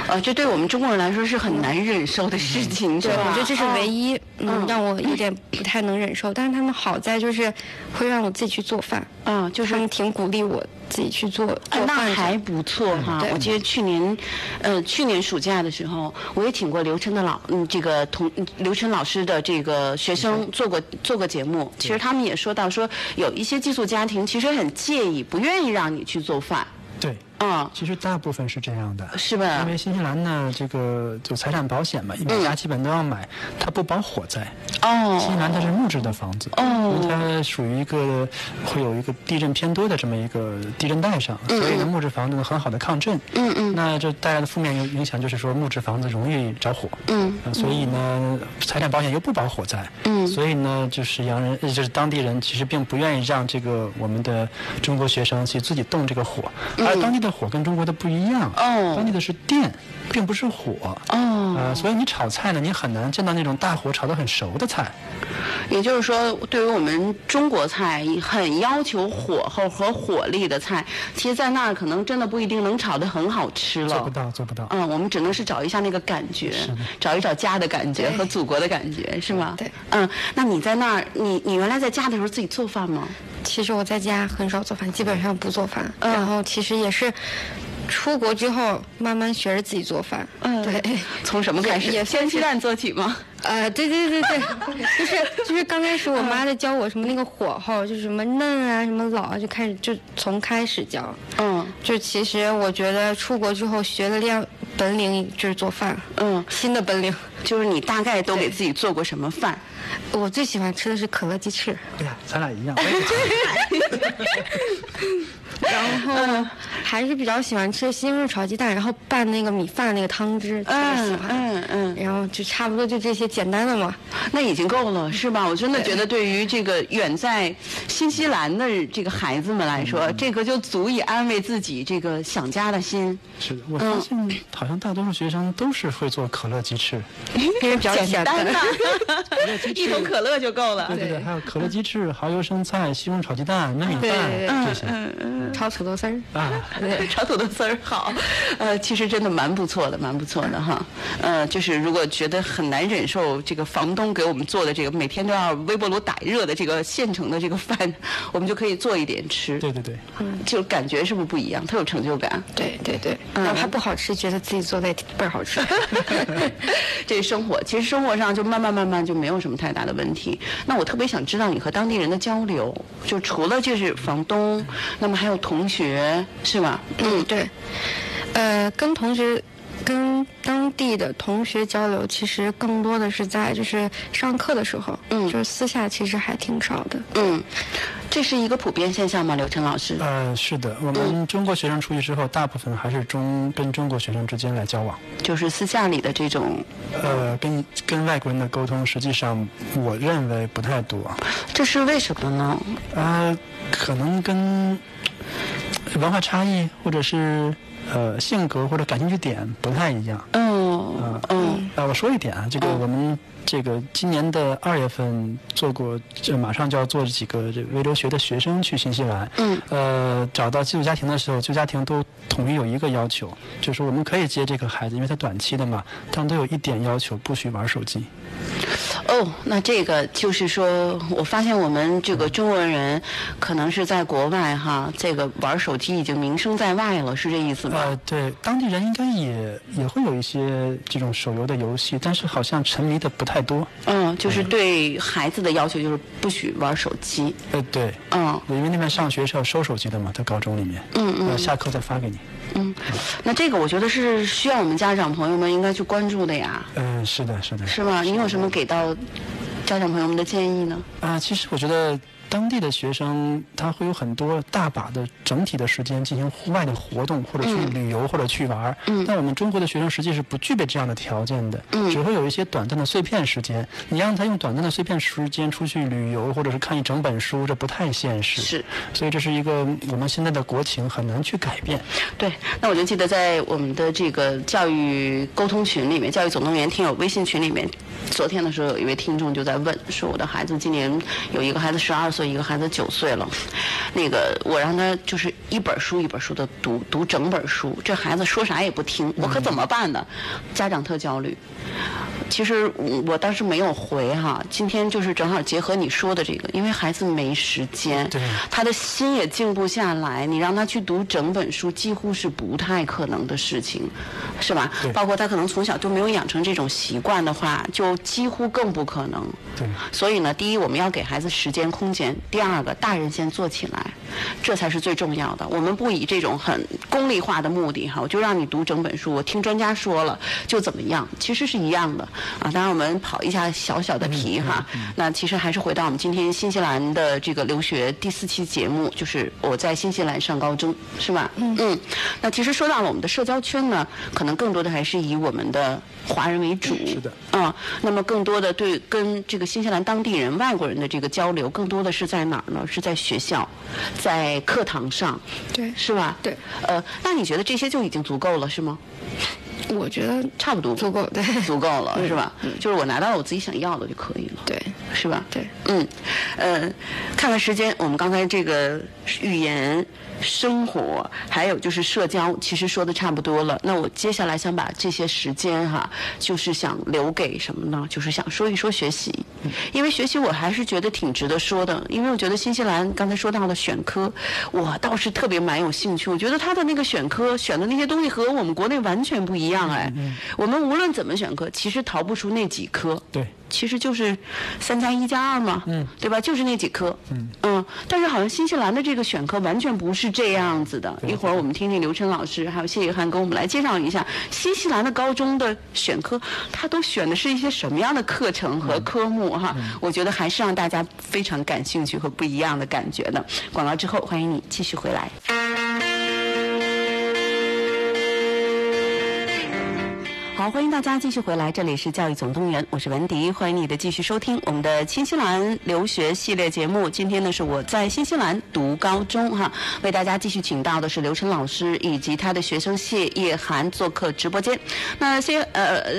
呃，这对我们中国人来说是很难忍受的事情，是
对，
吧？
我觉得这是唯
一。
一、
嗯
嗯让我有点不太能忍受，但是他们好在就是会让我自己去做饭，
嗯就是
他们挺鼓励我自己去做
啊那
做饭这样
还不错哈！
对
我记得去年，呃，去年暑假的时候，我也请过刘琛的老，嗯，这个同刘琛老师的这个学生做过做过节目。其实他们也说到说，有一些寄宿家庭其实很介意，不愿意让你去做饭，
对，
嗯，
其实大部分是这样的。
是吧
因？为新西兰呢，这个就财产保险嘛，一般大家基本都要买，它不保火灾。新西
哦，
兰它是木质的房子，
哦
因为它属于一个会有一个地震偏多的这么一个地震带上，所以呢，木质房子呢很好的抗震。
嗯嗯
那这带来的负面影影响就是说，木质房子容易着火。
嗯
呃所以呢，财产保险又不保火灾，
嗯
所以呢，就是洋人，呃就是当地人，其实并不愿意让这个我们的中国学生去自己动这个火，而当地的的火跟中国的不一样，
嗯哦
当地的是电，并不是火。
哦，
呃，所以你炒菜呢，你很难见到那种大火炒得很熟的菜。
也就是说，对于我们中国菜很要求火候和火力的菜，其实，在那儿可能真的不一定能炒得很好吃了。
做不到，做不到。
嗯，我们只能是找一下那个感觉，找一找家的感觉
对
和祖国的感觉，是吗？
对。
嗯，那你在那儿，你你原来在家的时候自己做饭吗？
其实我在家很少做饭，基本上不做饭。
嗯
然后其实也是出国之后慢慢学着自己做饭。
嗯 *laughs*
对。
从什么开始？
也也
煎鸡蛋做起吗？
呃，对对对对，就是就是刚开始我妈在教我什么那个火候，就是什么嫩啊，什么老啊，就开始就从开始教。
嗯
就其实我觉得出国之后学的练本领就是做饭，
嗯，
新的本领。
就是嗯你大概都给
对
自己做过什么饭？
我最喜欢吃的是可乐鸡翅，
哎呀，咱俩一
*laughs*
样。我也是
然后还是比较喜欢吃西红柿炒鸡蛋，然后拌那个米饭那个汤汁，特别喜
嗯
欢。
嗯嗯，
然后就差不多就这些简单的嘛。
那已经够了，是吧？我真的觉得，对于这个远在新西兰的这个孩子们来说，这个就足以安慰自己这个想家的心。
是的，我发现好像大多数学生都是会做可乐鸡翅。
因为比较简单
呐， *laughs* 一桶可乐就够了。
对对对，还有可乐鸡翅、蚝油生菜、西红柿炒鸡蛋、焖米
对对
饭这些
嗯炒土豆丝儿。
啊。
*laughs* 炒土豆丝儿好，呃，其实真的蛮不错的，蛮不错的哈。呃，就是如果觉得很难忍受这个房东给我们做的这个每天都要微波炉打热的这个现成的这个饭，我们就可以做一点吃，
对对对，
就感觉是不是不一样？特有成就感。
对对对，哪怕不好吃，觉得自己做的也挺倍儿好吃。
*laughs* 这生活其实生活上就慢慢慢慢就没有什么太大的问题。那我特别想知道你和当地人的交流，就除了就是房东，那么还有同学是吧？
嗯，对，呃，跟同学。跟当地的同学交流，其实更多的是在就是上课的时候，
嗯
就是私下其实还挺少的。
嗯，这是一个普遍现象吗？刘晨老师？
呃，是的，我们中国学生出去之后，大部分还是中跟中国学生之间来交往。
就是私下里的这种，
呃，跟跟外国人的沟通，实际上我认为不太多。
这是为什么呢？
呃，可能跟文化差异，或者是呃性格或者感兴趣点不太一样。
嗯嗯
啊，我说一点啊，这个我们这个今年的二月份做过，这马上就要做几个这个微留学的学生去新西兰。
嗯。
呃，找到寄宿家庭的时候，寄宿家庭都统一有一个要求，就是我们可以接这个孩子，因为他短期的嘛，
嗯
但都有一点要求，不许玩手机。
哦，那这个就是说，我发现我们这个中国人可能是在国外哈，这个玩手机已经名声在外了，是这意思吧？
呃，对，当地人应该也也会有一些这种手游的游戏，但是好像沉迷的不太多。
嗯，就是对孩子的要求就是不许玩手机。
呃，对，
嗯
因为那边上学是要收手机的嘛，在高中里面，
嗯嗯
呃，下课再发给你。
嗯，那这个我觉得是需要我们家长朋友们应该去关注的呀，
嗯、是的，是的。
是吗？你有什么给到家长朋友们的建议呢？
啊、其实我觉得当地的学生他会有很多大把的整体的时间进行户外的活动，或者去旅游，或者去玩儿。嗯。但我们中国的学生实际是不具备这样的条件的，嗯、只会有一些短暂的碎片时间。你让他用短暂的碎片时间出去旅游，或者是看一整本书，这不太现实。
是。
所以这是一个我们现在的国情很难去改变。
对，那我就记得在我们的这个教育沟通群里面，教育总动员听友微信群里面，昨天的时候有一位听众就在问，说我的孩子今年有一个孩子十二岁，一个孩子九岁了，那个我让他就是一本书一本书的读，读整本书，这孩子说啥也不听，我可怎么办呢？家长特焦虑。其实嗯我当时没有回哈，今天就是正好结合你说的这个，因为孩子没时间，
对
他的心也静不下来，你让他去读整本书，几乎是不太可能的事情，是吧
对？
包括他可能从小就没有养成这种习惯的话，就几乎更不可能。
对。
所以呢，第一，我们要给孩子时间、空间；第二个，大人先做起来，这才是最重要的。我们不以这种很功利化的目的哈，我就让你读整本书，我听专家说了就怎么样，其实是一样的啊。当然，我们跑一下小小的题哈，
嗯
那其实还是回到我们今天新西兰的这个留学第四期节目，就是我在新西兰上高中，是吧？嗯嗯。那其实说到了我们的社交圈呢，可能更多的还是以我们的华人为主。
是的。
啊，那么更多的对跟这个新西兰当地人、外国人的这个交流，更多的是在哪儿呢？是在学校，在课堂上，
对，
是吧？
对。
呃，那你觉得这些就已经足够了，是吗？
我觉得
差不多吧
足够，对，嗯
足够了，是吧？就是我拿到了我自己想要的就可以了，
对，
是吧？
对，
嗯，呃，看看时间，我们刚才这个语言、生活，还有就是社交，其实说的差不多了。那我接下来想把这些时间哈，就是想留给什么呢？就是想说一说学习，因为学习我还是觉得挺值得说的，因为我觉得新西兰刚才说到了选科，我倒是特别蛮有兴趣。我觉得他的那个选科选的那些东西和我们国内完全不一样哎，我们无论怎么选科，其实逃不出那几科。
对。
其实就是三加一加二嘛，嗯，对吧？就是那几科，嗯但是好像新西兰的这个选科完全不是这样子的。一会儿我们听听刘晨老师还有谢一涵给我们来介绍一下新西兰的高中的选科，它都选的是一些什么样的课程和科目哈？我觉得还是让大家非常感兴趣和不一样的感觉的。广告之后，欢迎你继续回来。好，欢迎大家继续回来，这里是教育总动员，我是文迪，欢迎你的继续收听我们的新西兰留学系列节目。今天呢是我在新西兰读高中哈，为大家继续请到的是刘晨老师以及他的学生谢叶涵做客直播间。那谢呃呃，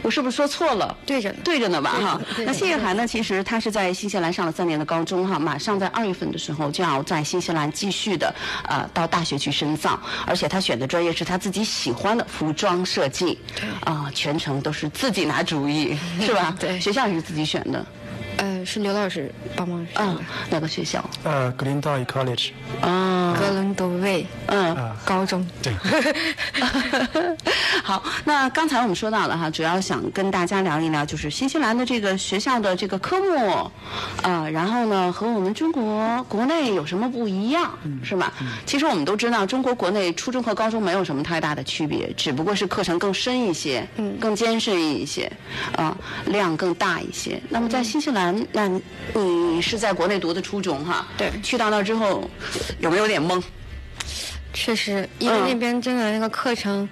我是不是说错了？
对着呢
对着呢吧哈
对。着
那谢叶涵呢，其实他是在新西兰上了三年的高中哈，马上在二月份的时候就要在新西兰继续的呃到大学去深造，而且他选的专业是他自己喜欢的服装设计，啊、全程都是自己拿主意，是吧？
对
学校也是自己选的，
呃，是刘老师帮忙上
嗯
的，，
哪个学校？
呃格林道 College，
啊，
格伦德卫
嗯。
啊
高中，
对，
*laughs* 好，那刚才我们说到了哈，主要想跟大家聊一聊，就是新西兰的这个学校的这个科目，啊，然后呢和我们中国国内有什么不一样，是吧？其实我们都知道，中国国内初中和高中没有什么太大的区别，只不过是课程更深一些，嗯，更艰深一些，啊、量更大一些。那么在新西兰，那你是在国内读的初中哈？
对
去到那儿之后，有没有点懵？
确实，因为
嗯
那边真的那个课程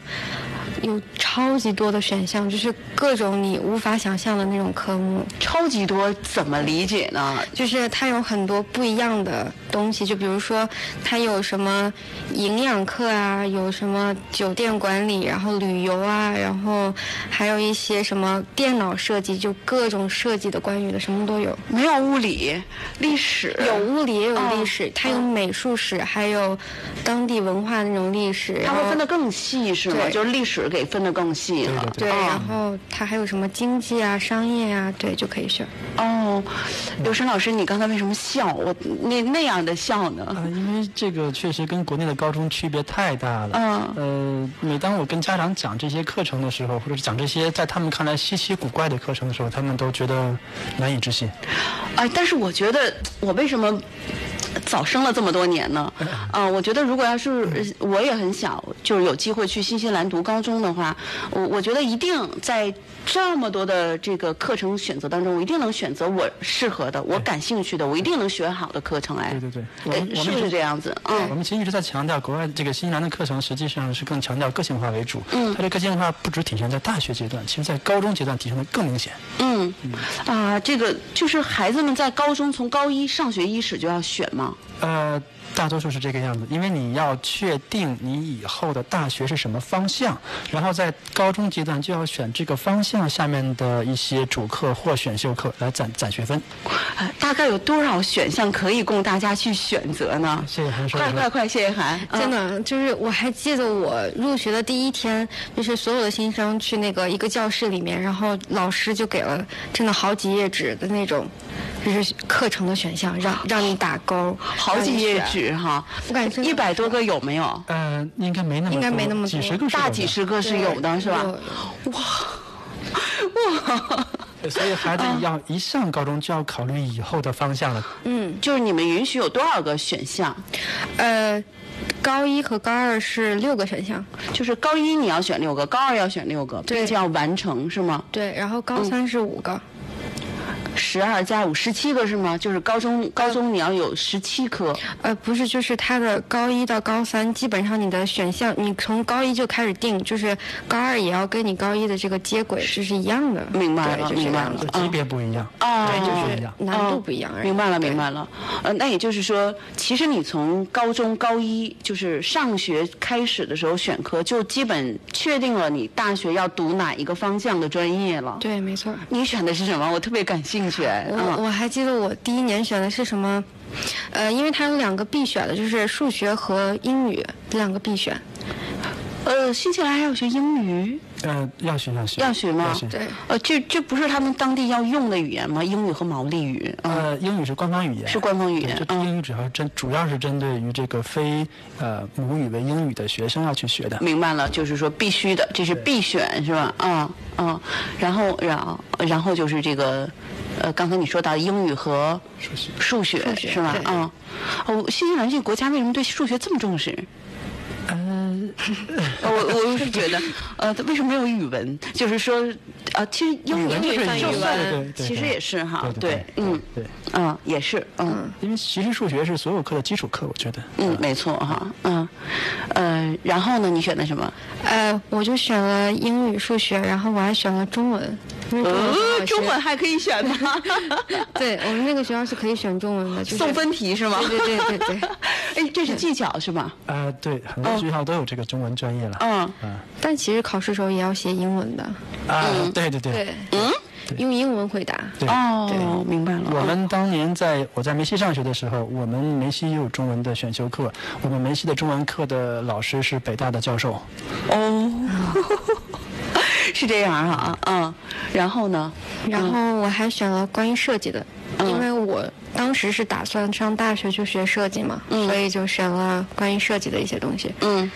有超级多的选项，就是各种你无法想象的那种科目，
超级多，怎么理解呢？
就是它有很多不一样的东西，就比如说它有什么营养课啊，有什么酒店管理，然后旅游啊，然后还有一些什么电脑设计，就各种设计的关于的什么都有。
没有物理、历史，
有
啊
物理也有
嗯
历史，它有美术史，还有当地文化那种历史。
它
然
会
后
分得更细是吗？
对
就是历史给分得更细了。
对，
哦
然后它还有什么经济啊、商业啊，对就可以选。
哦，刘生老师，你刚才为什么笑？我那那样的笑呢？
呃，因为这个确实跟国内的高中区别太大了。
嗯
呃，每当我跟家长讲这些课程的时候，或者是讲这些在他们看来稀奇古怪的课程的时候，他们都觉得难以置信。
哎，但是我觉得我为什么？早生了这么多年呢，
嗯
啊、我觉得如果要是呃我也很小，就是有机会去新西兰读高中的话，我我觉得一定在这么多的这个课程选择当中，我一定能选择我适合的、我感兴趣的，我一定能学好的课程。哎，
对对对我
对
们我
是
们
不
是
是这样子？嗯，
我们其实一直在强调，国外这个新西兰的课程实际上是更强调个性化为主。嗯，它的个性化不只体现在大学阶段，其实在高中阶段体现的更明显。
嗯，啊，这个就是孩子们在高中从高一上学伊始就要选嘛。
呃，大多数是这个样子，因为你要确定你以后的大学是什么方向，然后在高中阶段就要选这个方向下面的一些主课或选修课来攒攒学分。
啊大概有多少选项可以供大家去选择呢？
谢谢韩说
快
的
快快，谢谢涵，
真
嗯。
的，就是我还记得我入学的第一天，就是所有的新生去那个一个教室里面，然后老师就给了真的好几页纸的那种，就是课程的选项，让让你打勾，
好几页
让你选。
纸哈，
嗯我感觉真的
一百多个有没有？
呃，应该没那么
应该
多
没那么
几
多
十个是有
大
的
几十个是有的，是吧？哇，
所以孩子
嗯
要一上高中就要考虑以后的方向了。
嗯
就是你们允许有多少个选项？
呃，高一和高二是六个选项，
就是高一你要选六个，高二要选六个，
对
并且要完成，是吗？
对，然后高三是五个，
十二加五十七个是吗？就是高中高中你要有十七科，
呃，不是，就是他的高一到高三，基本上你的选项，你从高一就开始定，就是高二也要跟你高一的这个接轨，就是一样的。
明白
对
了，
就是
明
这
白
样
了
的。
就级别不一样。
哦，
对就是
就
这
是
样
难度不一样而已。
明白了，明白了。呃，那也就是说，其实你从高中高一就是上学开始的时候选科，就基本确定了你大学要读哪一个方向的专业了。
对，没错。
你选的是什么？我特别感兴趣。
我
嗯，
我还记得我第一年选的是什么，呃，因为它有两个必选的，就是数学和英语两个必选。
呃，新西兰还要学英语，
嗯，要学要学
要学吗
要学
对，
呃，这这不是他们当地要用的语言吗？英语和毛利语。嗯，
呃，英语是官方语言，
是官方语言嗯
对这英语主要是针，主要是针对于这个非呃母语为英语的学生要去学的。
明白了，就是说必须的，这是必选是吧？嗯嗯，然后然后然后就是这个，呃，刚才你说到英语和
数学
数学
数学
是吧
对？对
啊、哦，新西兰这个国家为什么对数学这么重视？ *laughs* 呃，我我是觉得，呃，为什么没有语文？就是说，呃，其实英语
文就是
算
语文
对对对
其实也是哈，
对对
嗯
对，
嗯，也是，嗯
因为其实数学是所有课的基础课，我觉得。
嗯，没错哈，嗯，呃，然后呢，你选的什么？
呃，我就选了英语、数学，然后我还选了中文，因为中文很好
呃，
学
中文还可以选吗？
*laughs* 对我们那个学校是可以选中文的，就是
送分题是吗？
对对对对
*laughs*
对。
*laughs* 哎，这是技巧是吧？
啊，对，很多学校都有这个中文专业了。
嗯，
但其实考试时候也要写英文的，
啊，对对对，，
嗯，用英文回答。
对。
哦，明白
我
了。
们当年在我在梅西上学的时候，我们梅西也有中文的选修课。我们梅西的中文课的老师是北大的教授。
哦， *laughs* 是这样哈、啊，嗯，然后呢？
然后我还选了关于设计的，
嗯
因为我当时是打算上大学就学设计嘛，所以就选了关于设计的一些东西。
嗯，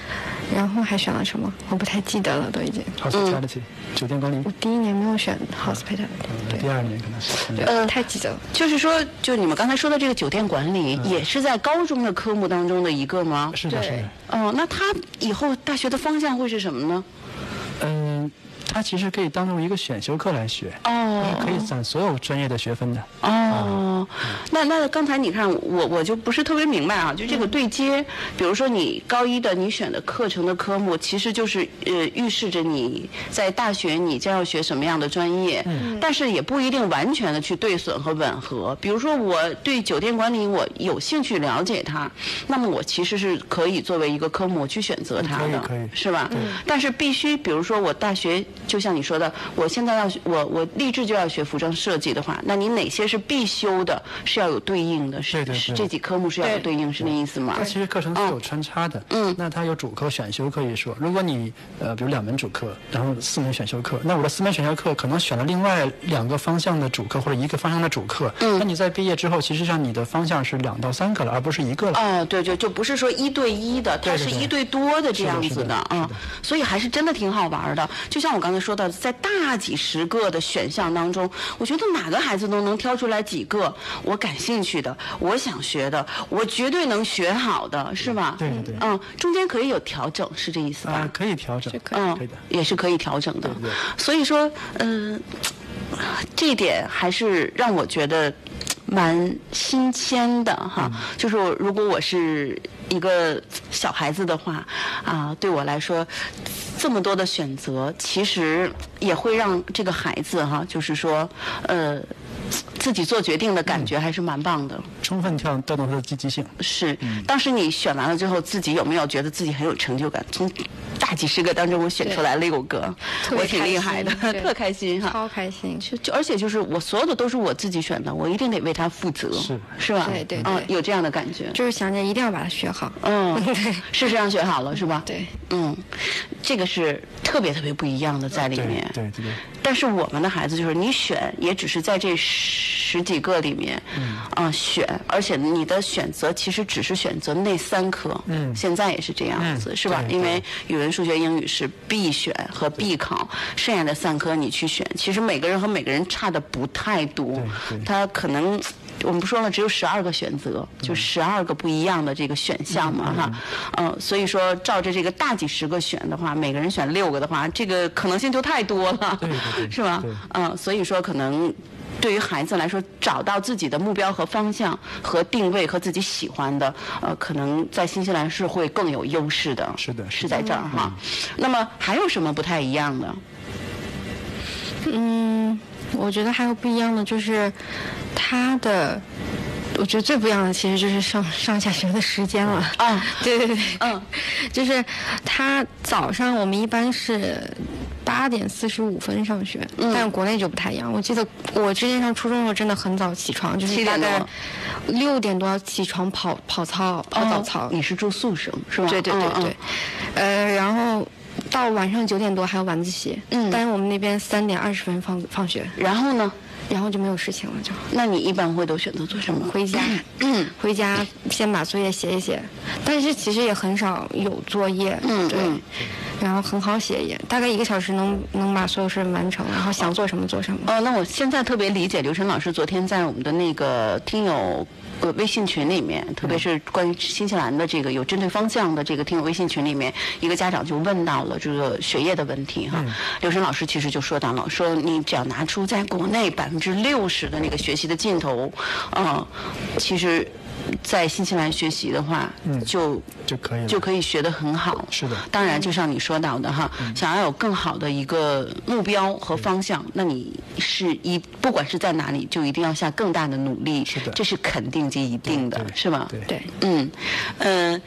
然后还选了什么？我不太记得了，都已经。
hospitality、酒店管理
我，第一年没有选
嗯
hospital，
第二年可能是。嗯
对，呃，太记得了。
就是说，就你们刚才说的这个酒店管理，也是在高中的科目当中的一个吗？
嗯是的，是的
对。
哦，那他以后大学的方向会是什么呢？
嗯，它其实可以当做一个选修课来学，
哦
可以攒所有专业的学分的。嗯
哦，那那刚才你看我我就不是特别明白啊，就
嗯
这个对接，比如说你高一的你选的课程的科目，其实就是呃预示着你在大学你将要学什么样的专业，
嗯
但是也不一定完全的去对损和吻合。比如说我对酒店管理我有兴趣了解它，那么我其实是可以作为一个科目去选择它的，
嗯可以可以
是吧？但是必须，比如说我大学，就像你说的，我现在要学我我立志就要学服装设计的话，那你哪些是必修的，是要有对应的，是
对对对
是这几科目是要有对应，是那意思吗
它？其实课程是有穿插的，嗯，那它有主课、选修课一说。如果你呃，比如两门主课，然后四门选修课，那我的四门选修课可能选了另外两个方向的主课或者一个方向的主课，嗯，那你在毕业之后，其实上你的方向是两到三个了，而不是一个了。
哦，对对，就不是说一对一的，它
对对
是
对
一对多的这样
是的
子
是的
啊、所以还是真的挺好玩的。就像我刚才说到的，在大几十个的选项当中，我觉得哪个孩子都能挑出来几个我感兴趣的、我想学的，我绝对能学好的，是吧？
对对对
嗯，中间可以有调整，是这意思吧？
啊、可以调整，
可
嗯，
可以的。
也是可以调整的。
对
所以说，嗯、这一点还是让我觉得蛮新鲜的哈。
嗯
就是我如果我是一个小孩子的话，啊，对我来说。这么多的选择，其实也会让这个孩子哈、就是说，呃，自己做决定的感觉还是蛮棒的。
充分调调动他的积极性。
是，
嗯
当时你选完了之后，自己有没有觉得自己很有成就感？从大几十个当中，我选出来六个，
特别
我挺厉害的
开，心
特开心哈。
超开心。
就就而且就是我所有的都是我自己选的，我一定得为他负责，
是
吧？
对对
嗯
对，
有这样的感觉。
就是想着一定要把它学好。 *laughs*
嗯，是这样选好了是吧？
对，
嗯，这个是特别特别不一样的在里
对
面。
对对对，
但是我们的孩子就是你选，也只是在这十几个里面，
嗯
啊、选，而且你的选择其实只是选择那三科，嗯，现在也是这样子，
嗯
是吧？
对
因为语文、数学、英语是必选和必考，剩下的三科你去选。其实每个人和每个人差的不太多
对，对
他可能。我们不说了，只有十二个选择，
嗯
就十二个不一样的这个选项嘛，哈，嗯、所以说照着这个大几十个选的话，每个人选 *laughs* 六个的话，这个可能性就太多了，
对对对
是吧
对？
嗯、所以说可能对于孩子来说，找到自己的目标和方向和定位和自己喜欢的，呃，可能在新西兰是会更有优势的。
是的嗯
是在这儿哈。那么还有什么不太一样的？
嗯，我觉得还有不一样的就是，它的，我觉得最不一样的其实就是上上下学的时间了。
啊，
*laughs* 对对对，
嗯，
*laughs* 就是他早上我们一般是八点四十五分上学，
嗯
但国内就不太一样。我记得我之前上初中的时候真的很早起床，就
七
是大
点多
概六点多要起床跑跑操跑早操。
哦你是住宿生是吧？
对对对
嗯
对，，呃，然后到晚上九点多还有晚自习，
嗯
但是我们那边三点二十分放放学，
嗯然后呢？
然后就没有事情了，就
那你一般会都选择做什么？
回
*clears throat*
家，
嗯
*clears throat* 回家先把作业写一写，但是其实也很少有作业，
嗯
对
嗯，
然后很好写也，大概一个小时能能把所有事完成，然后想做什么做什么。
哦，那我现在特别理解刘晨老师昨天在我们的那个听友。呃，微信群里面，特
嗯
别是关于新西兰的这个有针对方向的这个听友微信群里面，一个家长就问到了这个学业的问题哈。
嗯
刘晨老师其实就说到了，说你只要拿出在国内百分之六十的那个学习的劲头，嗯、其实，在新西兰学习的话，
嗯
就
就可以了
就可以学得很好。
是的嗯
当然，就像你说到的哈，想要有更好的一个目标和方向，那你是一不管是在哪里，就一定要下更大的努力。
是的
这是肯定及一定的，
对
是吧？
对
对，
嗯，嗯，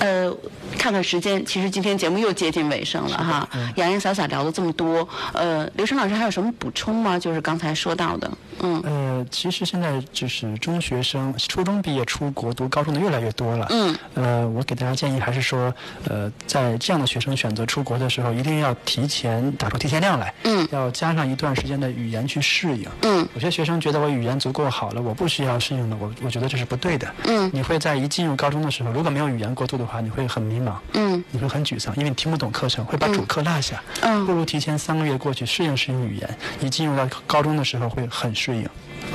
呃，看看时间，其实今天节目又接近尾声了哈，
嗯
洋洋洒洒聊了这么多，呃，刘晨老师还有什么补充吗？就是刚才说到的，嗯
呃，其实现在就是中学生、初中毕业出国读高中的越来越多了。嗯。呃，我给大家建议还是说，呃，在这样的学生选择出国的时候，一定要提前打出提前量来。
嗯。
要加上一段时间的语言去适应。
嗯。
有些学生觉得我语言足够好了，我不需要适应了，我我觉得这是不对的。
嗯
你会在一进入高中的时候，如果没有语言过渡的话，你会很迷茫。
嗯
你会很沮丧，因为你听不懂课程，会把主课落下。
嗯
不如提前三个月过去适应适应语言，你进入到高中的时候会很适应。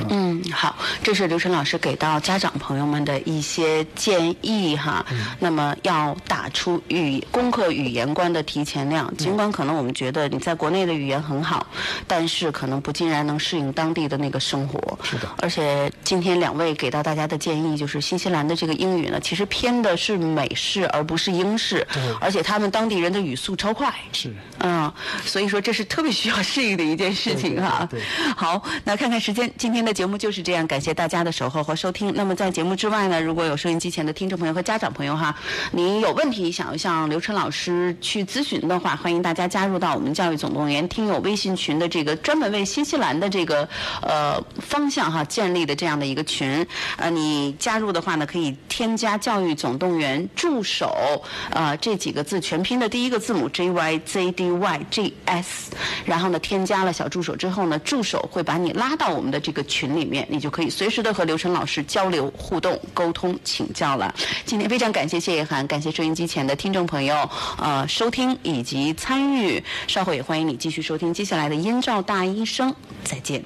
嗯，好，这是刘晨老师给到家长朋友们的一些建议哈。
嗯
那么要打出语攻克语言关的提前
嗯
量，尽管可能我们觉得你在国内的语言很好，但是可能不尽然能适应当地的那个生活。
是的
而且今天两位给到大家的建议就是，新西兰的这个英语呢，其实偏的是美式而不是英式
对，
而且他们当地人的语速超快。
是。
嗯，所以说这是特别需要适应的一件事情哈、
对对
好，那看看时间，今天的节目就是这样，感谢大家的守候和收听。那么在节目之外呢，如果有收音机前的听众朋友和家长朋友哈，您有问题想要向刘晨老师去咨询的话，欢迎大家加入到我们教育总动员听友微信群的这个专门为新西兰的这个呃方向哈建立的这样的一个群。呃，你加入的话呢，可以添加“教育总动员”助手呃这几个字全拼的第一个字母 J Y Z D Y G S，然后呢添加了小助手之后呢，助手会把你拉到我们的这个群里面，你就可以随时的和刘晨老师交流、互动、沟通、请教了。今天非常感谢谢一涵，感谢收音机前的听众朋友呃收听以及参与，稍后也欢迎你继续收听接下来的《音照大医生》，再见。